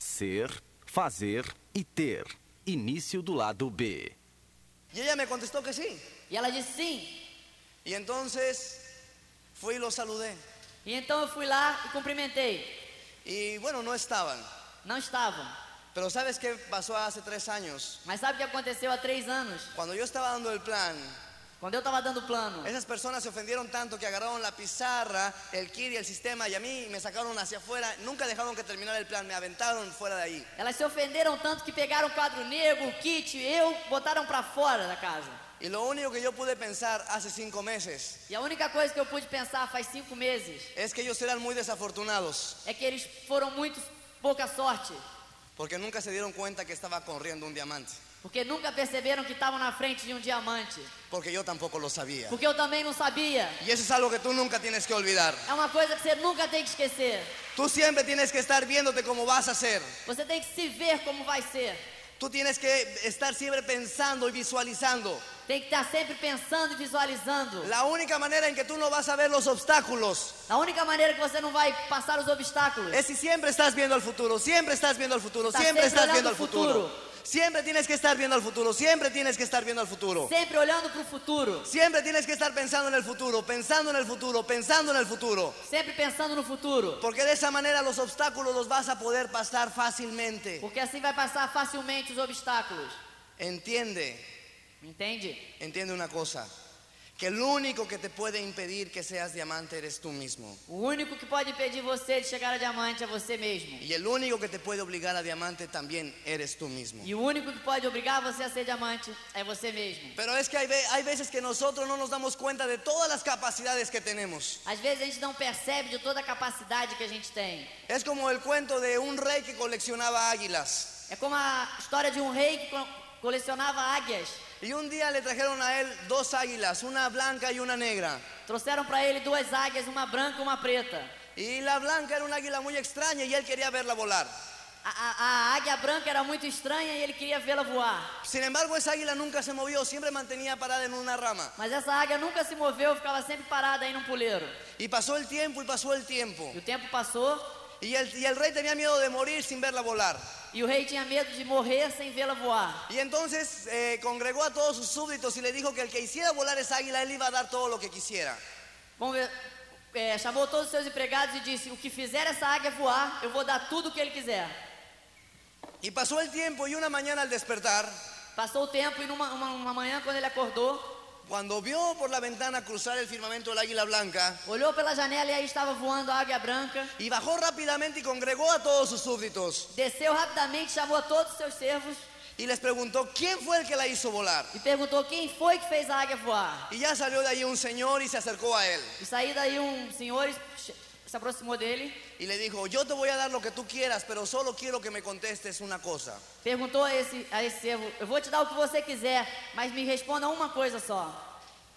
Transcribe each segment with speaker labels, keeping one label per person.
Speaker 1: ser, fazer e ter. Início do lado B.
Speaker 2: Y ella me contestó que sí.
Speaker 3: E ela disse sim.
Speaker 2: Y entonces fui y los saludé.
Speaker 3: E então eu fui lá e cumprimentei.
Speaker 2: Y bueno, no estaban.
Speaker 3: Não estavam.
Speaker 2: Pero ¿sabes qué pasó hace tres años?
Speaker 3: Mas sabe o que aconteceu há três anos?
Speaker 2: Cuando yo estaba dando el plan,
Speaker 3: Quando eu estava dando o plano,
Speaker 2: esas personas se ofendieron tanto que agarraron la pizarra, el kit y el sistema y a mí y me sacaron hacia afuera. Nunca dejaron que terminara el plan, me aventaron fuera de ahí.
Speaker 3: elas se ofenderam tanto que pegaram o quadro negro, o kit, eu, botaram pra fora da casa.
Speaker 2: Y lo único que yo pude pensar hace cinco meses
Speaker 3: E a única coisa que eu pude pensar faz cinco meses
Speaker 2: es que ellos eran muy desafortunados
Speaker 3: é que eles foram muito pouca sorte,
Speaker 2: porque nunca se dieron cuenta que estaba corriendo un diamante,
Speaker 3: porque nunca perceberam que estavam na frente de um diamante.
Speaker 2: porque yo tampoco lo sabía.
Speaker 3: Porque eu também não sabia.
Speaker 2: Y eso es algo que tú nunca tienes que olvidar.
Speaker 3: É uma coisa que você nunca tem que esquecer.
Speaker 2: Tú siempre tienes que estar viéndote cómo vas a ser.
Speaker 3: Você tem que se ver como vai ser.
Speaker 2: Tú tienes que estar siempre pensando y visualizando.
Speaker 3: Tem que estar sempre pensando e visualizando.
Speaker 2: La única manera en que tú no vas a ver los obstáculos
Speaker 3: A única maneira que você não vai passar os obstáculos
Speaker 2: es si siempre estás viendo al futuro, siempre estás viendo al futuro,
Speaker 3: Estás
Speaker 2: siempre
Speaker 3: siempre
Speaker 2: estás viendo
Speaker 3: olhando
Speaker 2: al
Speaker 3: al
Speaker 2: futuro.
Speaker 3: futuro.
Speaker 2: Siempre tienes que estar viendo al futuro, siempre tienes que estar viendo al futuro.
Speaker 3: sempre olhando pro futuro,
Speaker 2: Siempre tienes que estar pensando en el futuro, pensando en el futuro, pensando en el futuro.
Speaker 3: sempre pensando no futuro.
Speaker 2: Porque de esa manera los obstáculos los vas a poder pasar fácilmente.
Speaker 3: Porque assim vai passar facilmente os obstáculos.
Speaker 2: Entiende,
Speaker 3: Entende?
Speaker 2: entiende una cosa, que el único que te puede impedir que seas diamante eres tú mismo.
Speaker 3: O único que pode impedir você de chegar a diamante é você mesmo.
Speaker 2: Y el único que te puede obligar a diamante también eres tú mismo.
Speaker 3: E o único que pode obrigar você a ser diamante é você mesmo.
Speaker 2: Pero es que hay, ve- hay veces que nosotros no nos damos cuenta de todas las capacidades que tenemos.
Speaker 3: Às vezes a gente não percebe de toda a capacidade que a gente tem.
Speaker 2: Es como el cuento de un rey que coleccionaba águilas.
Speaker 3: É como a história de um rei que co- colecionava águias.
Speaker 2: Y un día le trajeron a él dos águilas, una blanca y una negra.
Speaker 3: Trouxeram para ele duas águias, uma branca e uma preta.
Speaker 2: Y la blanca era una águila muy extraña y él quería verla volar.
Speaker 3: A, a- a águia branca era muito estranha e ele quería vê-la voar.
Speaker 2: Sin embargo, esa águila nunca se movió, siempre mantenía parada en una rama.
Speaker 3: Mas essa águia nunca se moveu, ficava sempre parada aí num puleiro.
Speaker 2: Y pasó el tiempo y pasó el tiempo.
Speaker 3: E o tempo passou
Speaker 2: Y el, y el rey tenía miedo de morir sin verla volar.
Speaker 3: e o rei tinha medo de morrer sem vê-la voar.
Speaker 2: Y entonces eh, congregó a todos sus súbditos y le dijo que el que hiciera volar esa águila, él iba a dar todo lo que quisiera.
Speaker 3: Bom, eh, eh, chamou todos os seus empregados e disse: O que fizer essa águia voar, eu vou dar tudo o que ele quiser.
Speaker 2: Y pasó el tiempo y una mañana al despertar,
Speaker 3: Passou o tempo e numa uma, uma manhã, quando ele acordou,
Speaker 2: cuando vio por la ventana cruzar el firmamento el águila blanca,
Speaker 3: olhou pela janela e aí estava voando a águia branca.
Speaker 2: y bajó rápidamente y congregó a todos sus súbditos
Speaker 3: Desceu rapidamente, chamou todos os seus servos
Speaker 2: y les preguntó, ¿quién fue el que la hizo volar?
Speaker 3: e perguntou quem foi que fez a águia voar.
Speaker 2: Y ya salió de ahí un señor y se acercou a él
Speaker 3: E saí daí um senhor e che- se aproximou dele,
Speaker 2: y le dijo, yo te voy a dar lo que tú quieras, pero solo quiero que me contestes una cosa.
Speaker 3: perguntou a esse, a ese servo: Eu vou te dar o que você quiser, mas me responda uma coisa só.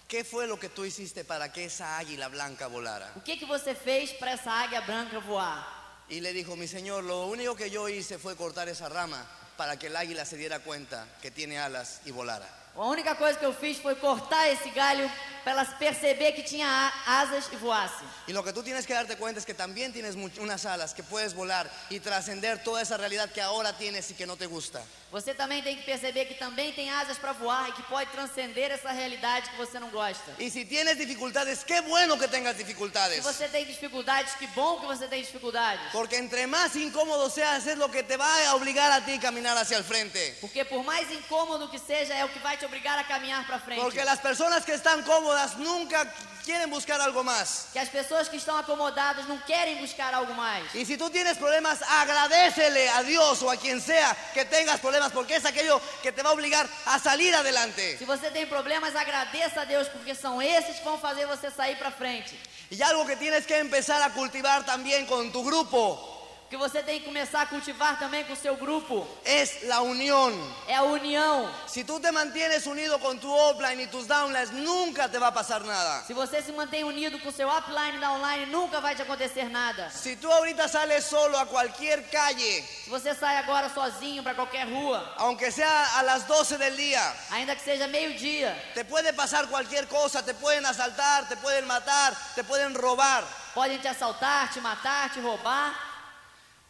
Speaker 2: ¿Qué fue lo que tú hiciste para que esa águila blanca volara?
Speaker 3: O que, que você fez para essa águia branca voar?
Speaker 2: Y le dijo, mi señor, lo único que yo hice fue cortar esa rama para que el águila se diera cuenta que tiene alas y volara.
Speaker 3: A única coisa que eu fiz foi cortar esse galho para ela perceber que tinha a- asas e voasse.
Speaker 2: Y lo que tú tienes que darte cuenta es que también tienes much- unas alas que puedes volar y trascender toda esa realidad que ahora tienes y que no te gusta.
Speaker 3: Você também tem que perceber que também tem asas para voar e que pode transcender essa realidade que você não gosta.
Speaker 2: Y si tienes dificultades, qué bueno que tengas
Speaker 3: Se
Speaker 2: dificultades.
Speaker 3: você tem dificuldades, que bom que você tem dificuldades.
Speaker 2: Porque entre más incómodo seas, es lo que te va a obligar a ti a caminar hacia el frente.
Speaker 3: Porque por mais incômodo que seja, é o que vai te obrigar a caminhar para frente.
Speaker 2: Porque las personas que están cómodas nunca quieren buscar algo más.
Speaker 3: Que as pessoas que estão acomodadas não querem buscar algo mais.
Speaker 2: Y si tú tienes problemas, agradecele a Dios o a quien sea que tengas problemas, porque es aquello que te va a obligar a salir adelante.
Speaker 3: Se você tem problemas, agradeça a Deus, porque são esses que vão fazer você sair para frente.
Speaker 2: Y algo que tienes que empezar a cultivar también con tu grupo
Speaker 3: O que você tem que começar a cultivar também com o seu grupo
Speaker 2: es la unión.
Speaker 3: é a união.
Speaker 2: Si tú te mantienes unido con tu offline y tus downlines, nunca te va a pasar nada.
Speaker 3: Se você se mantém unido com o seu upline e downline, nunca vai te acontecer nada.
Speaker 2: Si tú ahorita sales solo a cualquier calle,
Speaker 3: Se você sai agora sozinho para qualquer rua,
Speaker 2: aunque sea a las 12 del día,
Speaker 3: ainda que seja meio-dia,
Speaker 2: te puede pasar cualquier cosa, te pueden asaltar, te pueden matar, te pueden robar.
Speaker 3: podem te assaltar, te matar, te roubar.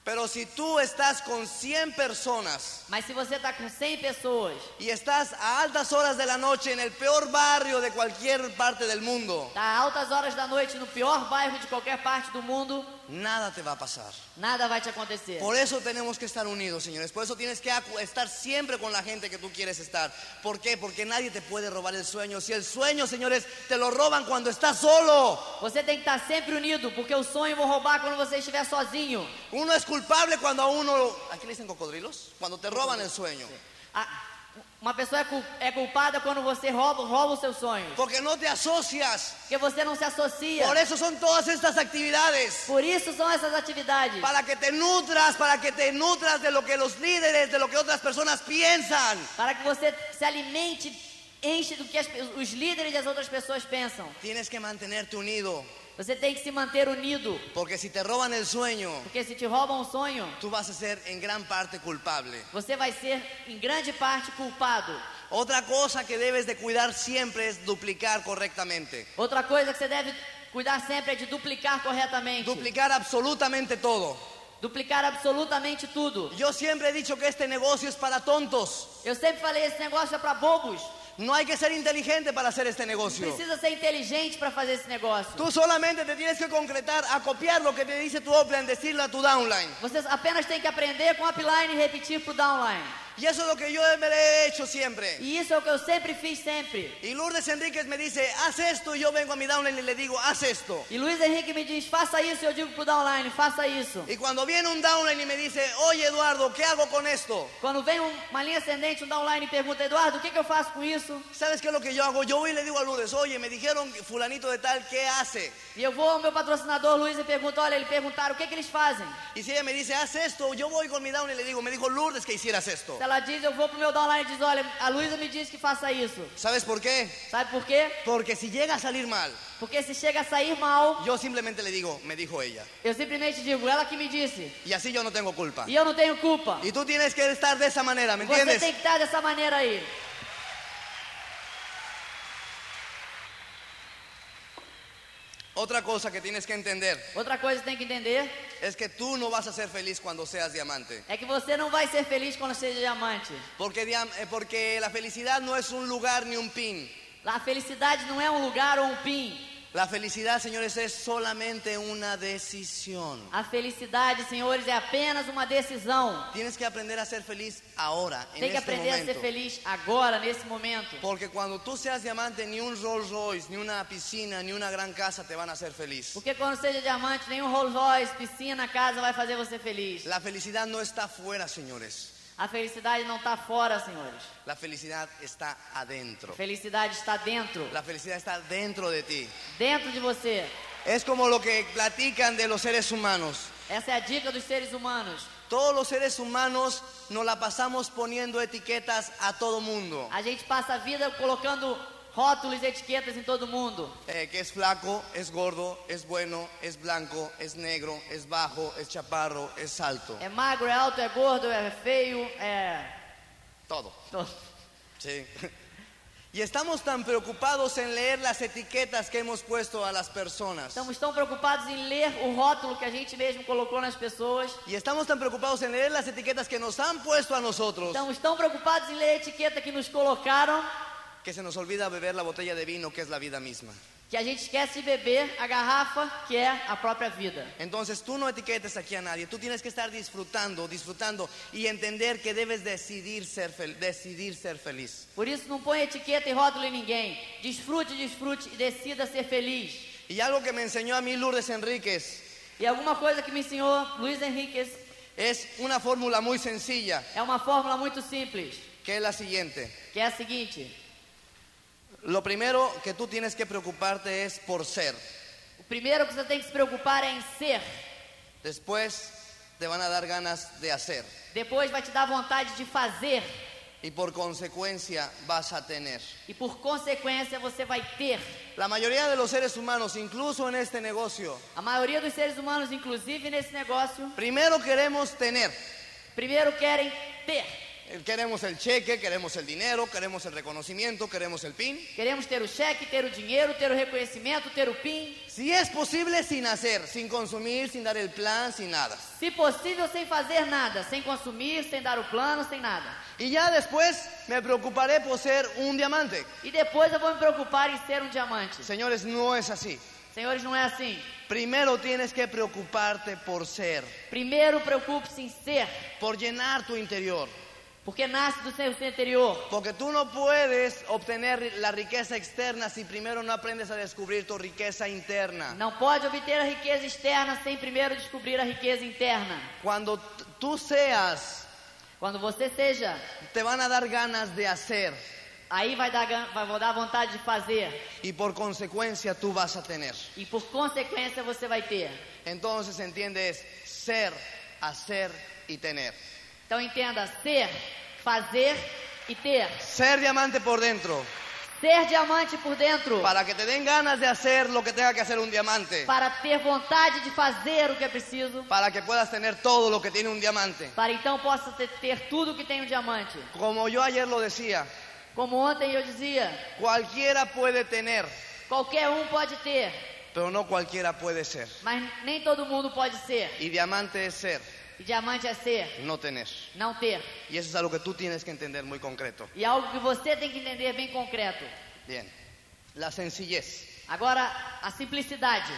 Speaker 2: Pero si tú estás con 100 personas
Speaker 3: Mas se você tá com 100 pessoas,
Speaker 2: y estás a altas horas de la noche en el peor barrio de cualquier parte del mundo,
Speaker 3: tá a altas horas da noite no pior bairro de qualquer parte do mundo,
Speaker 2: nada te va a pasar.
Speaker 3: nada vai te acontecer.
Speaker 2: Por eso tenemos que estar unidos, señores. Por eso tienes que acu- estar siempre con la gente que tú quieres estar. ¿Por qué? Porque nadie te puede robar el sueño. Si el sueño, señores, te lo roban cuando estás solo.
Speaker 3: Você tem que estar sempre unido, porque o sonho vão roubar quando você estiver sozinho.
Speaker 2: Uno es culpable cuando a uno... lo- ¿Aquí le dicen cocodrilos? Cuando te roban el sueño.
Speaker 3: A- uma pessoa é, cul- é culpada quando você rouba, rouba o seu sonho.
Speaker 2: Porque no te asocias.
Speaker 3: Porque você não se associa.
Speaker 2: Por eso son todas estas actividades.
Speaker 3: Por isso são essas atividades.
Speaker 2: Para que te nutras, para que te nutras de lo que los líderes, de lo que otras personas piensan.
Speaker 3: Para que você se alimente, enche do que as pe- os líderes e as outras pessoas pensam.
Speaker 2: Tienes que mantenerte unido.
Speaker 3: Você tem que se manter unido.
Speaker 2: Porque si te roban el sueño,
Speaker 3: Porque se te roubam o sonho,
Speaker 2: tú vas a ser en gran parte culpable.
Speaker 3: você vai ser, em grande parte, culpado.
Speaker 2: Otra cosa que debes de cuidar siempre es duplicar correctamente.
Speaker 3: Outra coisa que você deve cuidar sempre é de duplicar corretamente.
Speaker 2: Duplicar absolutamente todo.
Speaker 3: Duplicar absolutamente tudo.
Speaker 2: Yo siempre he dicho que este negocio es para tontos.
Speaker 3: Eu sempre falei, esse negócio é pra bobos.
Speaker 2: No hay que ser inteligente para hacer este negocio.
Speaker 3: Precisa ser inteligente pra fazer esse negócio.
Speaker 2: Tú solamente te tienes que concretar a copiar lo que te dice tu upline, decirlo a tu downline.
Speaker 3: Você apenas tem que aprender com upline e repetir pro downline.
Speaker 2: Y eso es lo que yo he hecho siempre.
Speaker 3: E isso é o que eu sempre fiz sempre.
Speaker 2: Y Lourdes Enríquez me dice, haz esto, y yo vengo a mi downline y le digo, haz esto.
Speaker 3: E Luiz Henrique me diz, faça isso, eu digo pro downline, faça isso.
Speaker 2: Y cuando viene un downline y me dice, oye Eduardo, ¿qué hago con esto?
Speaker 3: Quando vem um- uma linha ascendente, um downline e pergunta, Eduardo, o que, que eu faço com isso?
Speaker 2: ¿Sabes qué es lo que yo hago? Yo voy y le digo a Lourdes, oye, me dijeron que fulanito de tal, ¿qué hace?
Speaker 3: E eu vou ao meu patrocinador Luiz e pergunto, olha, ele perguntaram o que, que eles fazem.
Speaker 2: Y si ella me dice, haz esto, yo voy con mi down y le digo, me dijo Lourdes que hicieras esto.
Speaker 3: Se ela diz, eu vou pro meu downline e diz, olha, a Luísa me disse que faça isso.
Speaker 2: ¿Sabes por qué?
Speaker 3: Sabe por quê?
Speaker 2: Porque si llega a salir mal,
Speaker 3: Porque se chega a sair mal,
Speaker 2: yo simplemente le digo, me dijo ella.
Speaker 3: eu simplesmente digo, ela que me disse.
Speaker 2: Y así yo no tengo culpa.
Speaker 3: E eu não tenho culpa.
Speaker 2: Y tú tienes que estar de esa manera, ¿me
Speaker 3: Você
Speaker 2: entiendes?
Speaker 3: tem que estar dessa maneira aí.
Speaker 2: Otra cosa que tienes que entender
Speaker 3: Outra coisa que tem que entender
Speaker 2: es que tú no vas a ser feliz cuando seas diamante.
Speaker 3: é que você não vai ser feliz quando seja diamante.
Speaker 2: Porque, diam- eh, porque la felicidad no es un lugar ni un pin.
Speaker 3: A felicidade não é um lugar ou um pin.
Speaker 2: La felicidad, señores, es solamente una decisión.
Speaker 3: A felicidade, senhores, é apenas uma decisão.
Speaker 2: Tienes que aprender a ser feliz ahora, en
Speaker 3: Tem que
Speaker 2: este
Speaker 3: aprender a ser
Speaker 2: momento.
Speaker 3: feliz agora, nesse momento.
Speaker 2: Porque cuando tú seas diamante, ni un Rolls Royce, ni una piscina, ni una gran casa te van a hacer feliz.
Speaker 3: Porque quando seja diamante, nenhum Rolls Royce, piscina, casa vai fazer você feliz.
Speaker 2: La felicidad no está afuera, señores.
Speaker 3: A felicidade não tá fora, senhores.
Speaker 2: La felicidad está adentro.
Speaker 3: A felicidade está dentro,
Speaker 2: La felicidad está dentro de ti.
Speaker 3: dentro de você.
Speaker 2: Es como lo que platican de los seres humanos.
Speaker 3: Essa é a dica dos seres humanos.
Speaker 2: Todos los seres humanos nos la pasamos poniendo etiquetas a todo mundo.
Speaker 3: A gente passa a vida colocando rótulos e etiquetas em todo mundo.
Speaker 2: Eh, que es flaco, es gordo, es bueno, es blanco, es negro, es bajo, es chaparro, es alto.
Speaker 3: É magro, é alto, é gordo, é feio, é.
Speaker 2: Todo.
Speaker 3: Tô-
Speaker 2: Sí. Y estamos tan preocupados en leer las etiquetas que hemos puesto a las personas.
Speaker 3: Estamos tão preocupados em ler o rótulo que a gente mesmo colocou nas pessoas.
Speaker 2: Y estamos tan preocupados en leer las etiquetas que nos han puesto a nosotros
Speaker 3: Estamos tão preocupados em ler a etiqueta que nos colocaram
Speaker 2: que se nos olvida beber la botella de vino que es la vida misma.
Speaker 3: que a gente esquece de beber a garrafa que é a própria vida.
Speaker 2: Entonces tú no etiquetes aquí a nadie, tú tienes que estar disfrutando, disfrutando y entender que debes decidir ser, fel- decidir ser feliz.
Speaker 3: Por isso, não põe etiqueta e rótulo em ninguém. Desfrute, desfrute e decida ser feliz.
Speaker 2: Y algo que me enseñó a mí Lourdes Enríquez
Speaker 3: E alguma coisa que me ensinou Luiz Henriquez
Speaker 2: es una fórmula muy sencilla,
Speaker 3: é uma fórmula muito simples,
Speaker 2: que es la siguiente.
Speaker 3: que é a seguinte:
Speaker 2: Lo primero que tú tienes que preocuparte es por ser.
Speaker 3: o primeiro que você tem que se preocupar é em ser,
Speaker 2: Después te van a dar ganas de hacer
Speaker 3: depois vai te dar vontade de fazer
Speaker 2: y por consecuencia vas a tener.
Speaker 3: e por consequência você vai ter.
Speaker 2: La mayoría de los seres humanos, incluso en este negocio,
Speaker 3: A maioria dos seres humanos, inclusive nesse negócio,
Speaker 2: primero queremos tener
Speaker 3: primeiro querem ter.
Speaker 2: Eh, Queremos el cheque, queremos el dinero, queremos el reconocimiento, queremos el PIN.
Speaker 3: Queremos ter o cheque, ter o dinheiro, ter o reconhecimento, ter o PIN.
Speaker 2: Si es posible, sin hacer, sin consumir, sin dar el plan, sin nada.
Speaker 3: Se possível, sem fazer nada, sem consumir, sem dar o plano, sem nada.
Speaker 2: Y ya después me preocuparé por ser un diamante.
Speaker 3: E depois eu vou me preocupar em ser um diamante.
Speaker 2: Señores, no es así.
Speaker 3: Senhores, não é assim.
Speaker 2: Primero tienes que preocuparte por ser,
Speaker 3: Primeiro, preocupe-se em ser,
Speaker 2: por llenar tu interior.
Speaker 3: porque nasce do seu interior.
Speaker 2: Porque tú no puedes obtener la riqueza externa si primero no aprendes a descubrir tu riqueza interna.
Speaker 3: Não pode obter a riqueza externa sem primeiro descobrir a riqueza interna.
Speaker 2: Cuando t- tú seas,
Speaker 3: Quando você seja,
Speaker 2: te van a dar ganas de hacer
Speaker 3: aí vai dar, gan- vai vou dar vontade de fazer.
Speaker 2: y por consecuencia tú vas a tener.
Speaker 3: E por consequência você vai ter.
Speaker 2: Entonces entiendes ser, hacer y tener.
Speaker 3: Então entenda, ser, fazer e ter.
Speaker 2: Ser diamante por dentro,
Speaker 3: Ser diamante por dentro.
Speaker 2: para que te den ganas de hacer lo que tenga que hacer un diamante,
Speaker 3: para ter vontade de fazer o que é preciso,
Speaker 2: para que puedas tener todo lo que tiene un diamante.
Speaker 3: para então possa ter, ter tudo que tem um diamante.
Speaker 2: Como yo ayer lo decía,
Speaker 3: Como ontem eu dizia,
Speaker 2: cualquiera puede tener,
Speaker 3: qualquer um pode ter,
Speaker 2: pero no cualquiera puede ser.
Speaker 3: mas nem todo mundo pode ser.
Speaker 2: Y diamante es ser,
Speaker 3: E diamante é ser,
Speaker 2: no tener.
Speaker 3: não ter.
Speaker 2: Y eso es algo que tú tienes que entender muy concreto.
Speaker 3: E é algo que você tem que entender bem concreto.
Speaker 2: Bien, la sencillez.
Speaker 3: Agora, a simplicidade.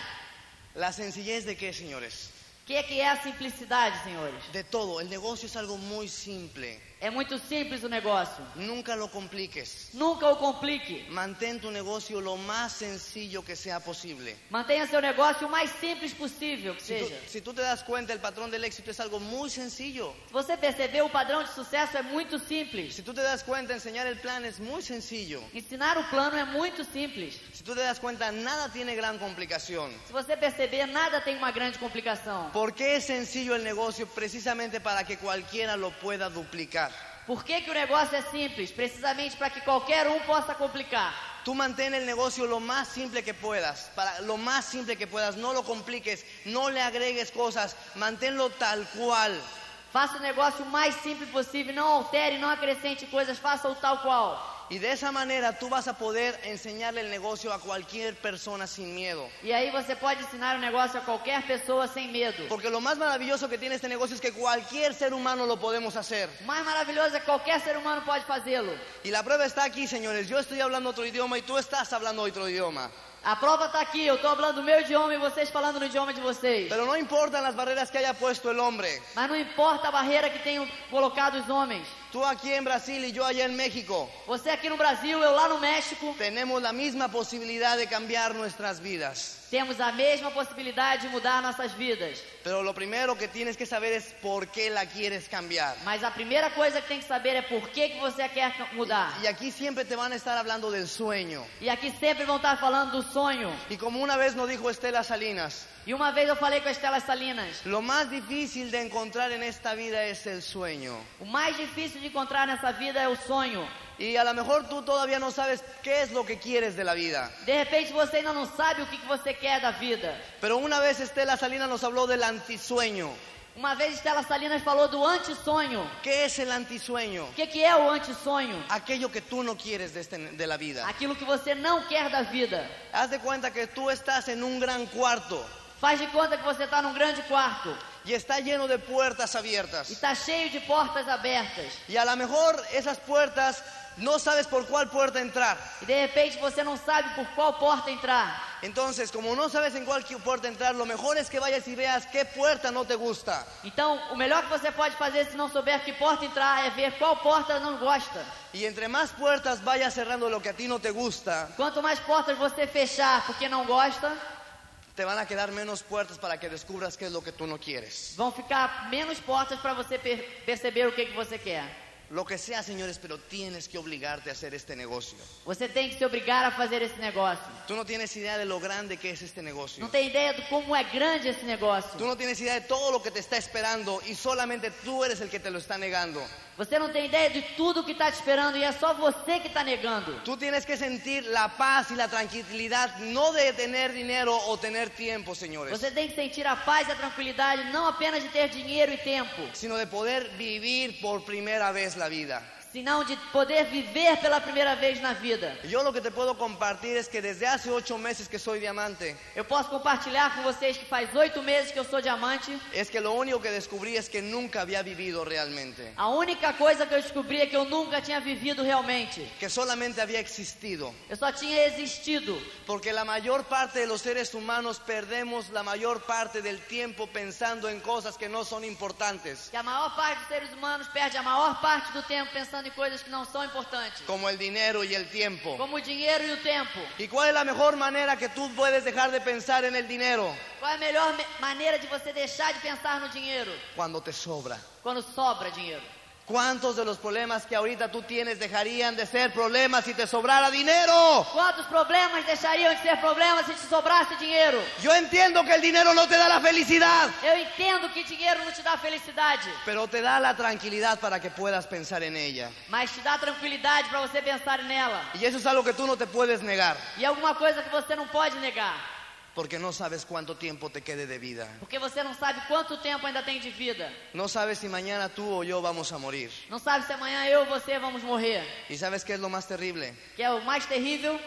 Speaker 2: ¿La sencillez de qué, señores?
Speaker 3: O que, que é a simplicidade, senhores?
Speaker 2: De todo. El negocio es algo muy simple.
Speaker 3: É muito simples o negócio.
Speaker 2: Nunca lo compliques.
Speaker 3: Nunca o complique.
Speaker 2: Mantén tu negocio lo más sencillo que sea posible.
Speaker 3: Mantenha seu negócio o mais simples possível que
Speaker 2: Si tú,
Speaker 3: seja.
Speaker 2: si tú te das cuenta, el patrón del éxito es algo muy sencillo.
Speaker 3: Se você percebeu, o padrão de sucesso é muito simples.
Speaker 2: Si tú te das cuenta, enseñar el plan es muy sencillo.
Speaker 3: Ensinar o plano é muito simples.
Speaker 2: Si tú te das cuenta, nada tiene gran complicación.
Speaker 3: Se você perceber, nada tem uma grande complicación.
Speaker 2: ¿Por qué es sencillo el negocio? Precisamente para que cualquiera lo pueda duplicar.
Speaker 3: Por que, que o negócio é simples? Precisamente para que qualquer um possa complicar.
Speaker 2: Tú mantén el negocio lo más simple que puedas, para lo más simple que puedas, no lo compliques, no le agregues cosas, manténlo tal cual.
Speaker 3: Faça o negócio o mais simples possível, não altere, não acrescente coisas, faça o tal qual.
Speaker 2: Y de esa manera tú vas a poder enseñarle el negocio a cualquier persona sin miedo.
Speaker 3: E aí você pode ensinar o negócio a qualquer pessoa sem medo.
Speaker 2: Porque lo más maravilloso que tiene este negocio es que cualquier ser humano lo podemos hacer.
Speaker 3: O mais maravilhoso é que qualquer ser humano pode fazê-lo.
Speaker 2: Y la prueba está aquí, señores. Yo estoy hablando otro idioma y tú estás hablando otro idioma.
Speaker 3: A prova está aqui, eu estou falando o meu idioma e vocês falando no idioma de vocês.
Speaker 2: Pero no importan las barreras que haya puesto el hombre.
Speaker 3: Mas não importa a barreira que tenham colocado os homens.
Speaker 2: Tú aquí en Brasil y yo allá en México.
Speaker 3: Você aqui no Brasil, eu lá no México,
Speaker 2: Tenemos la misma posibilidad de cambiar nuestras vidas.
Speaker 3: temos a mesma possibilidade de mudar nossas vidas.
Speaker 2: Pero lo primero que tienes que saber es por qué la quieres cambiar.
Speaker 3: Mas a primeira coisa que tem que saber é por que, que você quer ca- mudar.
Speaker 2: Y aquí siempre te van a estar hablando del sueño.
Speaker 3: E aqui sempre vão estar falando do sonho.
Speaker 2: Y como una vez nos dijo Estela Salinas,
Speaker 3: E uma vez eu falei com a Estela Salinas,
Speaker 2: lo más difícil de encontrar en esta vida es el sueño.
Speaker 3: o mais difícil de encontrar nessa vida é o sonho.
Speaker 2: Y a lo mejor tú todavía no sabes qué es lo que quieres de la vida.
Speaker 3: De repente você ainda não sabe o que, que você quer da vida.
Speaker 2: Pero una vez Estela Salinas nos habló del antisueño.
Speaker 3: Uma vez Estela Salinas falou do antissonho.
Speaker 2: ¿Qué es el antisueño?
Speaker 3: O que, que é o antissonho?
Speaker 2: Aquello que tú no quieres de, este- de la vida.
Speaker 3: Aquilo que você não quer da vida.
Speaker 2: Haz de cuenta que tú estás en un gran cuarto
Speaker 3: Faz de conta que você está num grande quarto
Speaker 2: y está lleno de puertas
Speaker 3: e
Speaker 2: abiertas.
Speaker 3: está cheio de portas abertas.
Speaker 2: Y a lo mejor esas puertas no sabes por cuál puerta entrar.
Speaker 3: E de repente você não sabe por qual porta entrar.
Speaker 2: Entonces, como no sabes en cuál puerta entrar, lo mejor es que vayas y veas qué puerta no te gusta.
Speaker 3: Então, o melhor que você pode fazer se não souber que porta entrar é ver qual porta não gosta.
Speaker 2: Y entre más puertas vayas cerrando lo que a ti no te gusta,
Speaker 3: Quanto mais portas você fechar porque não gosta,
Speaker 2: te van a quedar menos puertas para que descubras qué es lo que tú no quieres.
Speaker 3: vão ficar menos portas para você per- perceber o que, que você quer.
Speaker 2: Lo que sea, señores, pero tienes que obligarte a hacer este negocio.
Speaker 3: Você tem que se obrigar a fazer esse negócio.
Speaker 2: Tú no tienes idea de lo grande que es este
Speaker 3: Não
Speaker 2: negocio.
Speaker 3: tem ideia de como é grande esse
Speaker 2: Tú
Speaker 3: negócio.
Speaker 2: no tienes idea de todo lo que te está esperando y solamente tú eres el que te lo está negando.
Speaker 3: Você não tem ideia de tudo que está te esperando e é só você que está negando.
Speaker 2: Tú tienes que sentir la paz y la tranquilidad, no de tener dinero o tener tiempo, señores,
Speaker 3: Você tem que sentir a paz e a tranquilidade, não apenas de ter dinheiro e tempo,
Speaker 2: sino de poder vivir por primera vez vez la vida.
Speaker 3: Sinal de poder viver pela primeira vez na vida.
Speaker 2: Yo lo que te puedo compartir es que desde hace ocho meses que soy diamante,
Speaker 3: Eu posso compartilhar com vocês que faz oito meses que eu sou diamante.
Speaker 2: es que lo único que descubrí es que nunca había vivido realmente,
Speaker 3: A única coisa que eu descobri é que eu nunca tinha vivido realmente.
Speaker 2: que solamente había existido.
Speaker 3: Eu só tinha existido.
Speaker 2: Porque la mayor parte de los seres humanos perdemos la mayor parte del tiempo pensando en cosas que no son importantes,
Speaker 3: Que a maior parte dos seres humanos perde a maior parte do tempo pensando em coisas que não são importantes,
Speaker 2: como el dinero y el tiempo.
Speaker 3: como o dinheiro e o tempo.
Speaker 2: ¿Y cuál es la mejor manera que tú puedes dejar de pensar en el dinero?
Speaker 3: Qual é a melhor me- maneira de você deixar de pensar no dinheiro?
Speaker 2: Cuando te sobra.
Speaker 3: Quando sobra dinheiro.
Speaker 2: ¿Cuántos de los problemas que ahorita tú tienes dejarían de ser problemas si te sobrara dinero?
Speaker 3: Quantos problemas deixariam de ser problemas se te sobrasse dinheiro?
Speaker 2: Yo entiendo que el dinero no te da la felicidad,
Speaker 3: Eu entendo que dinheiro não te dá felicidade,
Speaker 2: pero te da la tranquilidad para que puedas pensar en ella.
Speaker 3: mas te dá tranquilidade para você pensar nela.
Speaker 2: Y eso es algo que tú no te puedes negar,
Speaker 3: E é alguma coisa que você não pode negar,
Speaker 2: porque no sabes cuánto tiempo te quede de vida.
Speaker 3: porque você não sabe quanto tempo ainda tem de vida.
Speaker 2: No sabes si mañana tú o yo vamos a morir.
Speaker 3: Não sabe se amanhã eu ou você vamos morrer.
Speaker 2: ¿Y sabes qué es lo más terrible?
Speaker 3: Que é o mais terrível.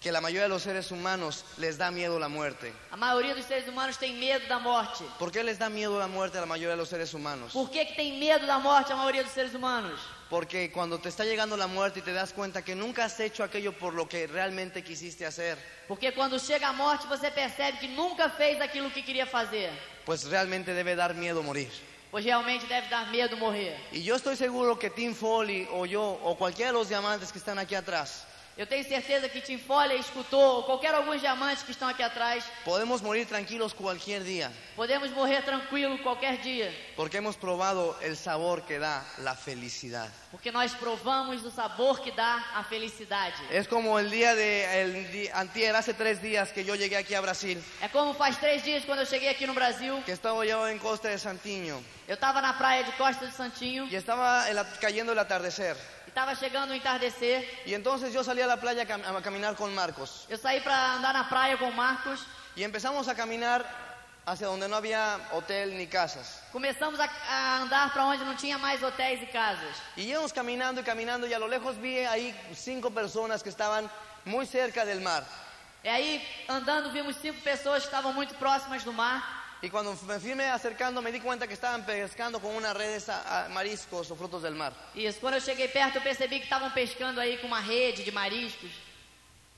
Speaker 2: Que la mayoría de los seres humanos les da miedo la muerte.
Speaker 3: A maioria dos seres humanos tem medo da morte.
Speaker 2: ¿Por qué les da miedo la muerte a la mayoría de los seres humanos?
Speaker 3: Por que, que tem medo da morte a maioria dos seres humanos?
Speaker 2: Porque cuando te está llegando la muerte y te das cuenta que nunca has hecho aquello por lo que realmente quisiste hacer,
Speaker 3: Porque quando chega a morte você percebe que nunca fez aquilo que queria fazer,
Speaker 2: pues realmente debe dar miedo morir.
Speaker 3: pois realmente deve dar medo morrer.
Speaker 2: Y yo estoy seguro que Tim Foley o yo o cualquiera de los diamantes que están aquí atrás,
Speaker 3: Eu tenho certeza que Tim Foley escutou, ou qualquer alguns diamantes que estão aqui atrás,
Speaker 2: podemos morir tranquilos cualquier día,
Speaker 3: podemos morrer tranquilo qualquer dia,
Speaker 2: porque hemos probado el sabor que da la felicidad.
Speaker 3: porque nós provamos o sabor que dá a felicidade.
Speaker 2: Es como el día de el di- antier, hace tres días que yo llegué aquí a Brasil,
Speaker 3: É como faz três dias quando eu cheguei aqui no Brasil,
Speaker 2: que estaba yo en Costa de Santiño
Speaker 3: eu estava na praia de Costa do Santinho
Speaker 2: y estaba el at- cayendo el atardecer.
Speaker 3: e estava chegando o entardecer.
Speaker 2: Y entonces yo salí a la playa a cam- a caminar con Marcos
Speaker 3: Eu saí para andar na praia com o Marcos.
Speaker 2: y empezamos a caminar hacia donde no había hotel ni casas.
Speaker 3: Começamos a, a andar para onde não tinha mais hotéis e casas.
Speaker 2: Y íbamos caminando y caminando y a lo lejos vi ahí cinco personas que estaban muy cerca del mar.
Speaker 3: E aí, andando, vimos cinco pessoas que estavam muito próximas do mar.
Speaker 2: Y cuando me fui me acercando me di cuenta que estaban pescando con una red esa, a- mariscos o frutos del mar.
Speaker 3: Isso, quando eu cheguei perto, eu percebi que estavam pescando aí com uma rede de mariscos.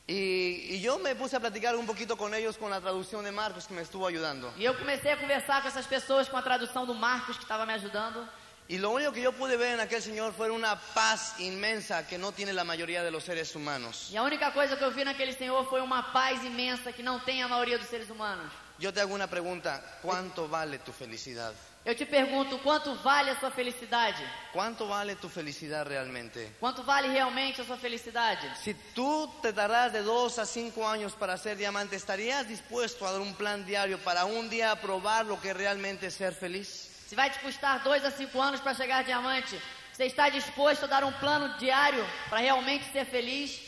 Speaker 2: Y, y yo me puse a platicar un poquito con ellos con la traducción de Marcos que me estuvo ayudando.
Speaker 3: E eu comecei a conversar com essas pessoas com a tradução do Marcos, que estava me ajudando.
Speaker 2: Y lo único que yo pude ver en aquel señor fue una paz inmensa que no tiene la mayoría de los seres humanos.
Speaker 3: E a única coisa que eu vi naquele senhor foi uma paz imensa que não tem a maioria dos seres humanos.
Speaker 2: Yo te hago una pregunta, ¿cuánto vale tu felicidad?
Speaker 3: Eu te pergunto, quanto vale a sua felicidade?
Speaker 2: ¿Cuánto vale tu felicidad realmente?
Speaker 3: Quanto vale realmente a sua felicidade?
Speaker 2: Si tú te tardas de dos a cinco años para ser diamante, ¿estarías dispuesto a dar un plan diario para un día probar lo que realmente es ser feliz?
Speaker 3: Se vai te custar dois a cinco anos para chegar diamante, você está disposto a dar um plano diário para realmente ser feliz?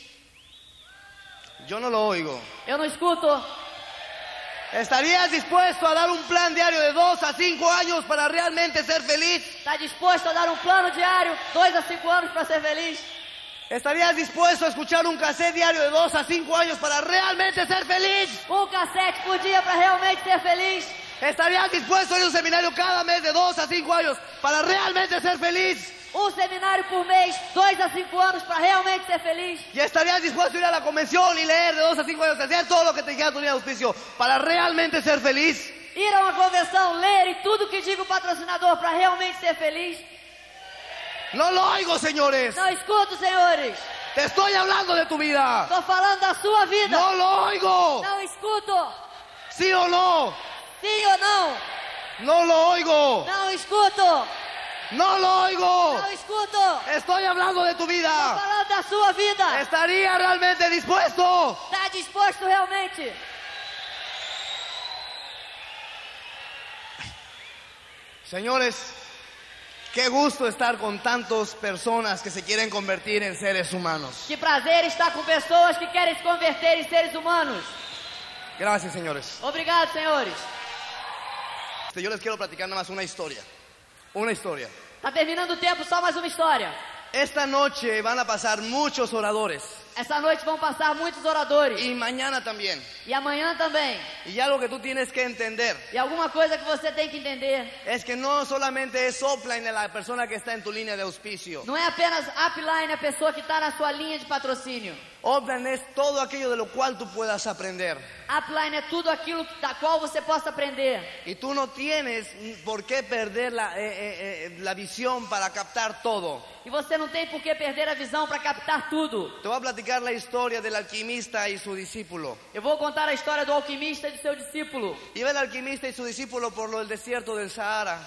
Speaker 2: Yo no lo oigo.
Speaker 3: Eu não escuto.
Speaker 2: ¿Estarías dispuesto a dar un plan diario de dos a cinco años para realmente ser feliz?
Speaker 3: Está disposto a dar um plano diário, dois a cinco anos para ser feliz?
Speaker 2: ¿Estarías dispuesto a escuchar un cassette diario de dos a cinco años para realmente ser feliz?
Speaker 3: Um cassete por dia para realmente ser feliz?
Speaker 2: ¿Estarías dispuesto a ir a un seminario cada mes de dos a cinco años para realmente ser feliz?
Speaker 3: Um seminário por mês, dois a cinco anos para realmente ser feliz?
Speaker 2: ¿Y estarías dispuesto a ir a la convención y leer de dos a cinco años, hacer todo lo que te dijera tu línea de auspicio para realmente ser feliz?
Speaker 3: Ir a uma convenção, ler e tudo que diga o patrocinador para realmente ser feliz?
Speaker 2: No lo oigo, señores.
Speaker 3: Não escuto, senhores.
Speaker 2: Te estoy hablando de tu vida.
Speaker 3: Estou falando da sua vida.
Speaker 2: No lo oigo.
Speaker 3: Não escuto.
Speaker 2: Sí o no.
Speaker 3: Sim ou não?
Speaker 2: No lo oigo.
Speaker 3: Não escuto.
Speaker 2: No lo oigo.
Speaker 3: Não escuto!
Speaker 2: Estoy hablando de tu vida.
Speaker 3: Falando da sua vida!
Speaker 2: É. ¿Estaría realmente dispuesto?
Speaker 3: Está disposto realmente?
Speaker 2: Señores, qué gusto estar con tantas personas que se quieren convertir en seres humanos.
Speaker 3: Que prazer estar com pessoas que querem se converter em seres humanos!
Speaker 2: Gracias, señores.
Speaker 3: Obrigado, senhores!
Speaker 2: Este, Yo les quiero platicar nada más una historia. Una historia.
Speaker 3: Tá terminando o tempo, só mais uma história.
Speaker 2: Esta noche van a pasar muchos oradores
Speaker 3: Essa noite vão passar muitos oradores.
Speaker 2: y mañana también.
Speaker 3: E amanhã também.
Speaker 2: Y algo que tú tienes que entender
Speaker 3: E alguma coisa que você tem que entender.
Speaker 2: es que no solamente es offline de la persona que está en tu línea de auspicio.
Speaker 3: Não é apenas upline a pessoa que está na sua linha de patrocínio.
Speaker 2: Offline es todo aquello de lo cual tú puedas aprender.
Speaker 3: Upline é tudo aquilo da qual você possa aprender.
Speaker 2: Y tú no tienes por qué perder la, eh, eh, eh, la visión para captar todo.
Speaker 3: E você não tem por que perder a visão para captar tudo.
Speaker 2: Te voy a platicar la historia del alquimista y su discípulo.
Speaker 3: Eu vou contar a história do alquimista e do seu discípulo.
Speaker 2: Iba el alquimista y su discípulo por lo del desierto del Sahara.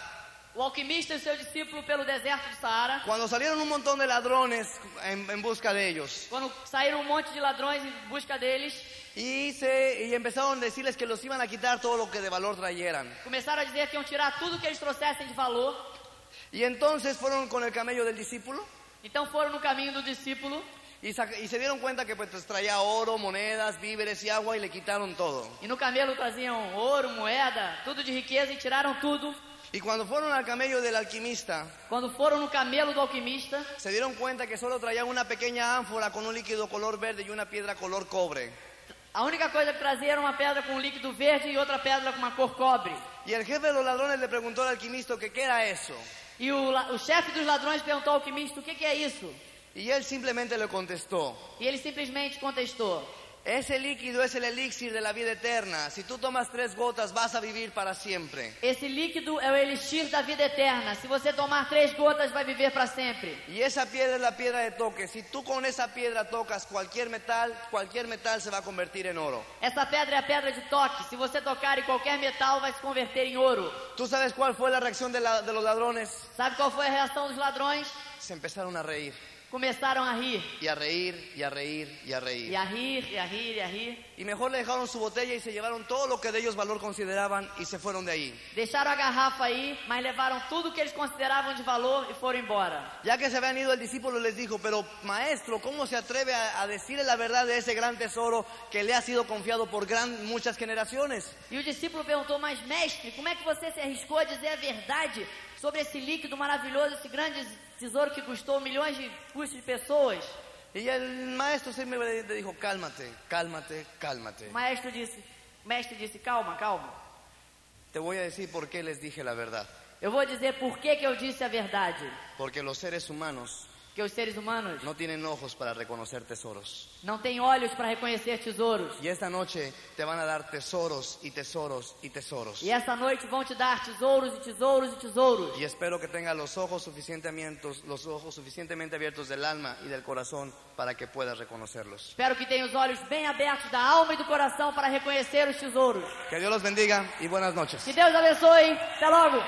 Speaker 3: O alquimista e o seu discípulo pelo deserto do Saara.
Speaker 2: Cuando salieron un montón de ladrones en, en busca de ellos
Speaker 3: Quando saíram um monte de ladrões em busca deles,
Speaker 2: y, se, y empezaron a decirles que los iban a quitar todo lo que de valor trayeran.
Speaker 3: começaram a dizer que iam tirar tudo que eles trouxessem de valor.
Speaker 2: Y entonces fueron con el camello del discípulo
Speaker 3: Então foram no caminho do discípulo
Speaker 2: y, saca- y se dieron cuenta que pues, pues, traía oro, monedas, víveres y agua y le quitaron todo.
Speaker 3: e no camelo traziam ouro, moeda, tudo de riqueza e tiraram tudo.
Speaker 2: Y cuando fueron al camello del alquimista,
Speaker 3: Quando foram no camelo do alquimista,
Speaker 2: se dieron cuenta que solo traía una pequeña ánfora con un líquido color verde y una piedra color cobre.
Speaker 3: a única coisa que trazia era uma pedra com um líquido verde e outra pedra com uma cor cobre.
Speaker 2: Y el jefe de los ladrones le preguntó al alquimista que qué era eso.
Speaker 3: E o, la- o chefe dos ladrões perguntou ao alquimista: o que, que é isso?
Speaker 2: Y él simplemente le contestó,
Speaker 3: E ele simplesmente contestou:
Speaker 2: ese líquido es el elixir de la vida eterna. Si tú tomas tres gotas vas a vivir para siempre.
Speaker 3: Esse líquido é o elixir da vida eterna. Se você tomar três gotas, vai viver para sempre.
Speaker 2: Y esa piedra es la piedra de toque. Si tú con esa piedra tocas cualquier metal, cualquier metal se va a convertir en oro.
Speaker 3: Essa pedra é a pedra de toque. Se você tocar em qualquer metal, vai se converter em ouro.
Speaker 2: ¿Tú sabes cuál fue la reacción de, la- de los ladrones?
Speaker 3: Sabe qual foi a reação dos ladrões?
Speaker 2: Se empezaron a reír,
Speaker 3: Começaram a rir.
Speaker 2: y a reír, y a reír, y a reír.
Speaker 3: E a rir, e a rir, e a rir.
Speaker 2: Y mejor le dejaron su botella y se llevaron todo lo que de ellos valor consideraban y se fueron de ahí.
Speaker 3: Deixaram a garrafa aí, mas levaram tudo que eles consideravam de valor e foram embora.
Speaker 2: Ya que se habían ido, el discípulo les dijo, pero maestro, ¿cómo se atreve a, a decirle la verdad de ese gran tesoro que le ha sido confiado por gran, muchas generaciones?
Speaker 3: E o discípulo perguntou, mas mestre, como é que você se arriscou a dizer a verdade sobre esse líquido maravilhoso, esse grande tesouro que custou milhões de custos de pessoas?
Speaker 2: Y el maestro siempre le dijo, cálmate, cálmate, cálmate.
Speaker 3: O maestro disse, o mestre disse, calma, calma.
Speaker 2: Te voy a decir por qué les dije la verdad.
Speaker 3: Eu vou dizer por que, que eu disse a verdade.
Speaker 2: Porque los seres humanos
Speaker 3: Que os seres humanos
Speaker 2: no tienen ojos para reconocer tesoros.
Speaker 3: não têm olhos para reconhecer tesouros.
Speaker 2: Y esta noche te van a dar tesoros y tesoros y tesoros.
Speaker 3: E essa noite vão te dar tesouros e tesouros e tesouros.
Speaker 2: Y espero que tenga los ojos suficientemente, los ojos suficientemente abiertos del alma y del corazón para que puedas reconocerlos.
Speaker 3: Espero que tenha os olhos bem abertos da alma e do coração para reconhecer os tesouros.
Speaker 2: Que Dios los bendiga y buenas noches.
Speaker 3: Que Deus abençoe. Até logo.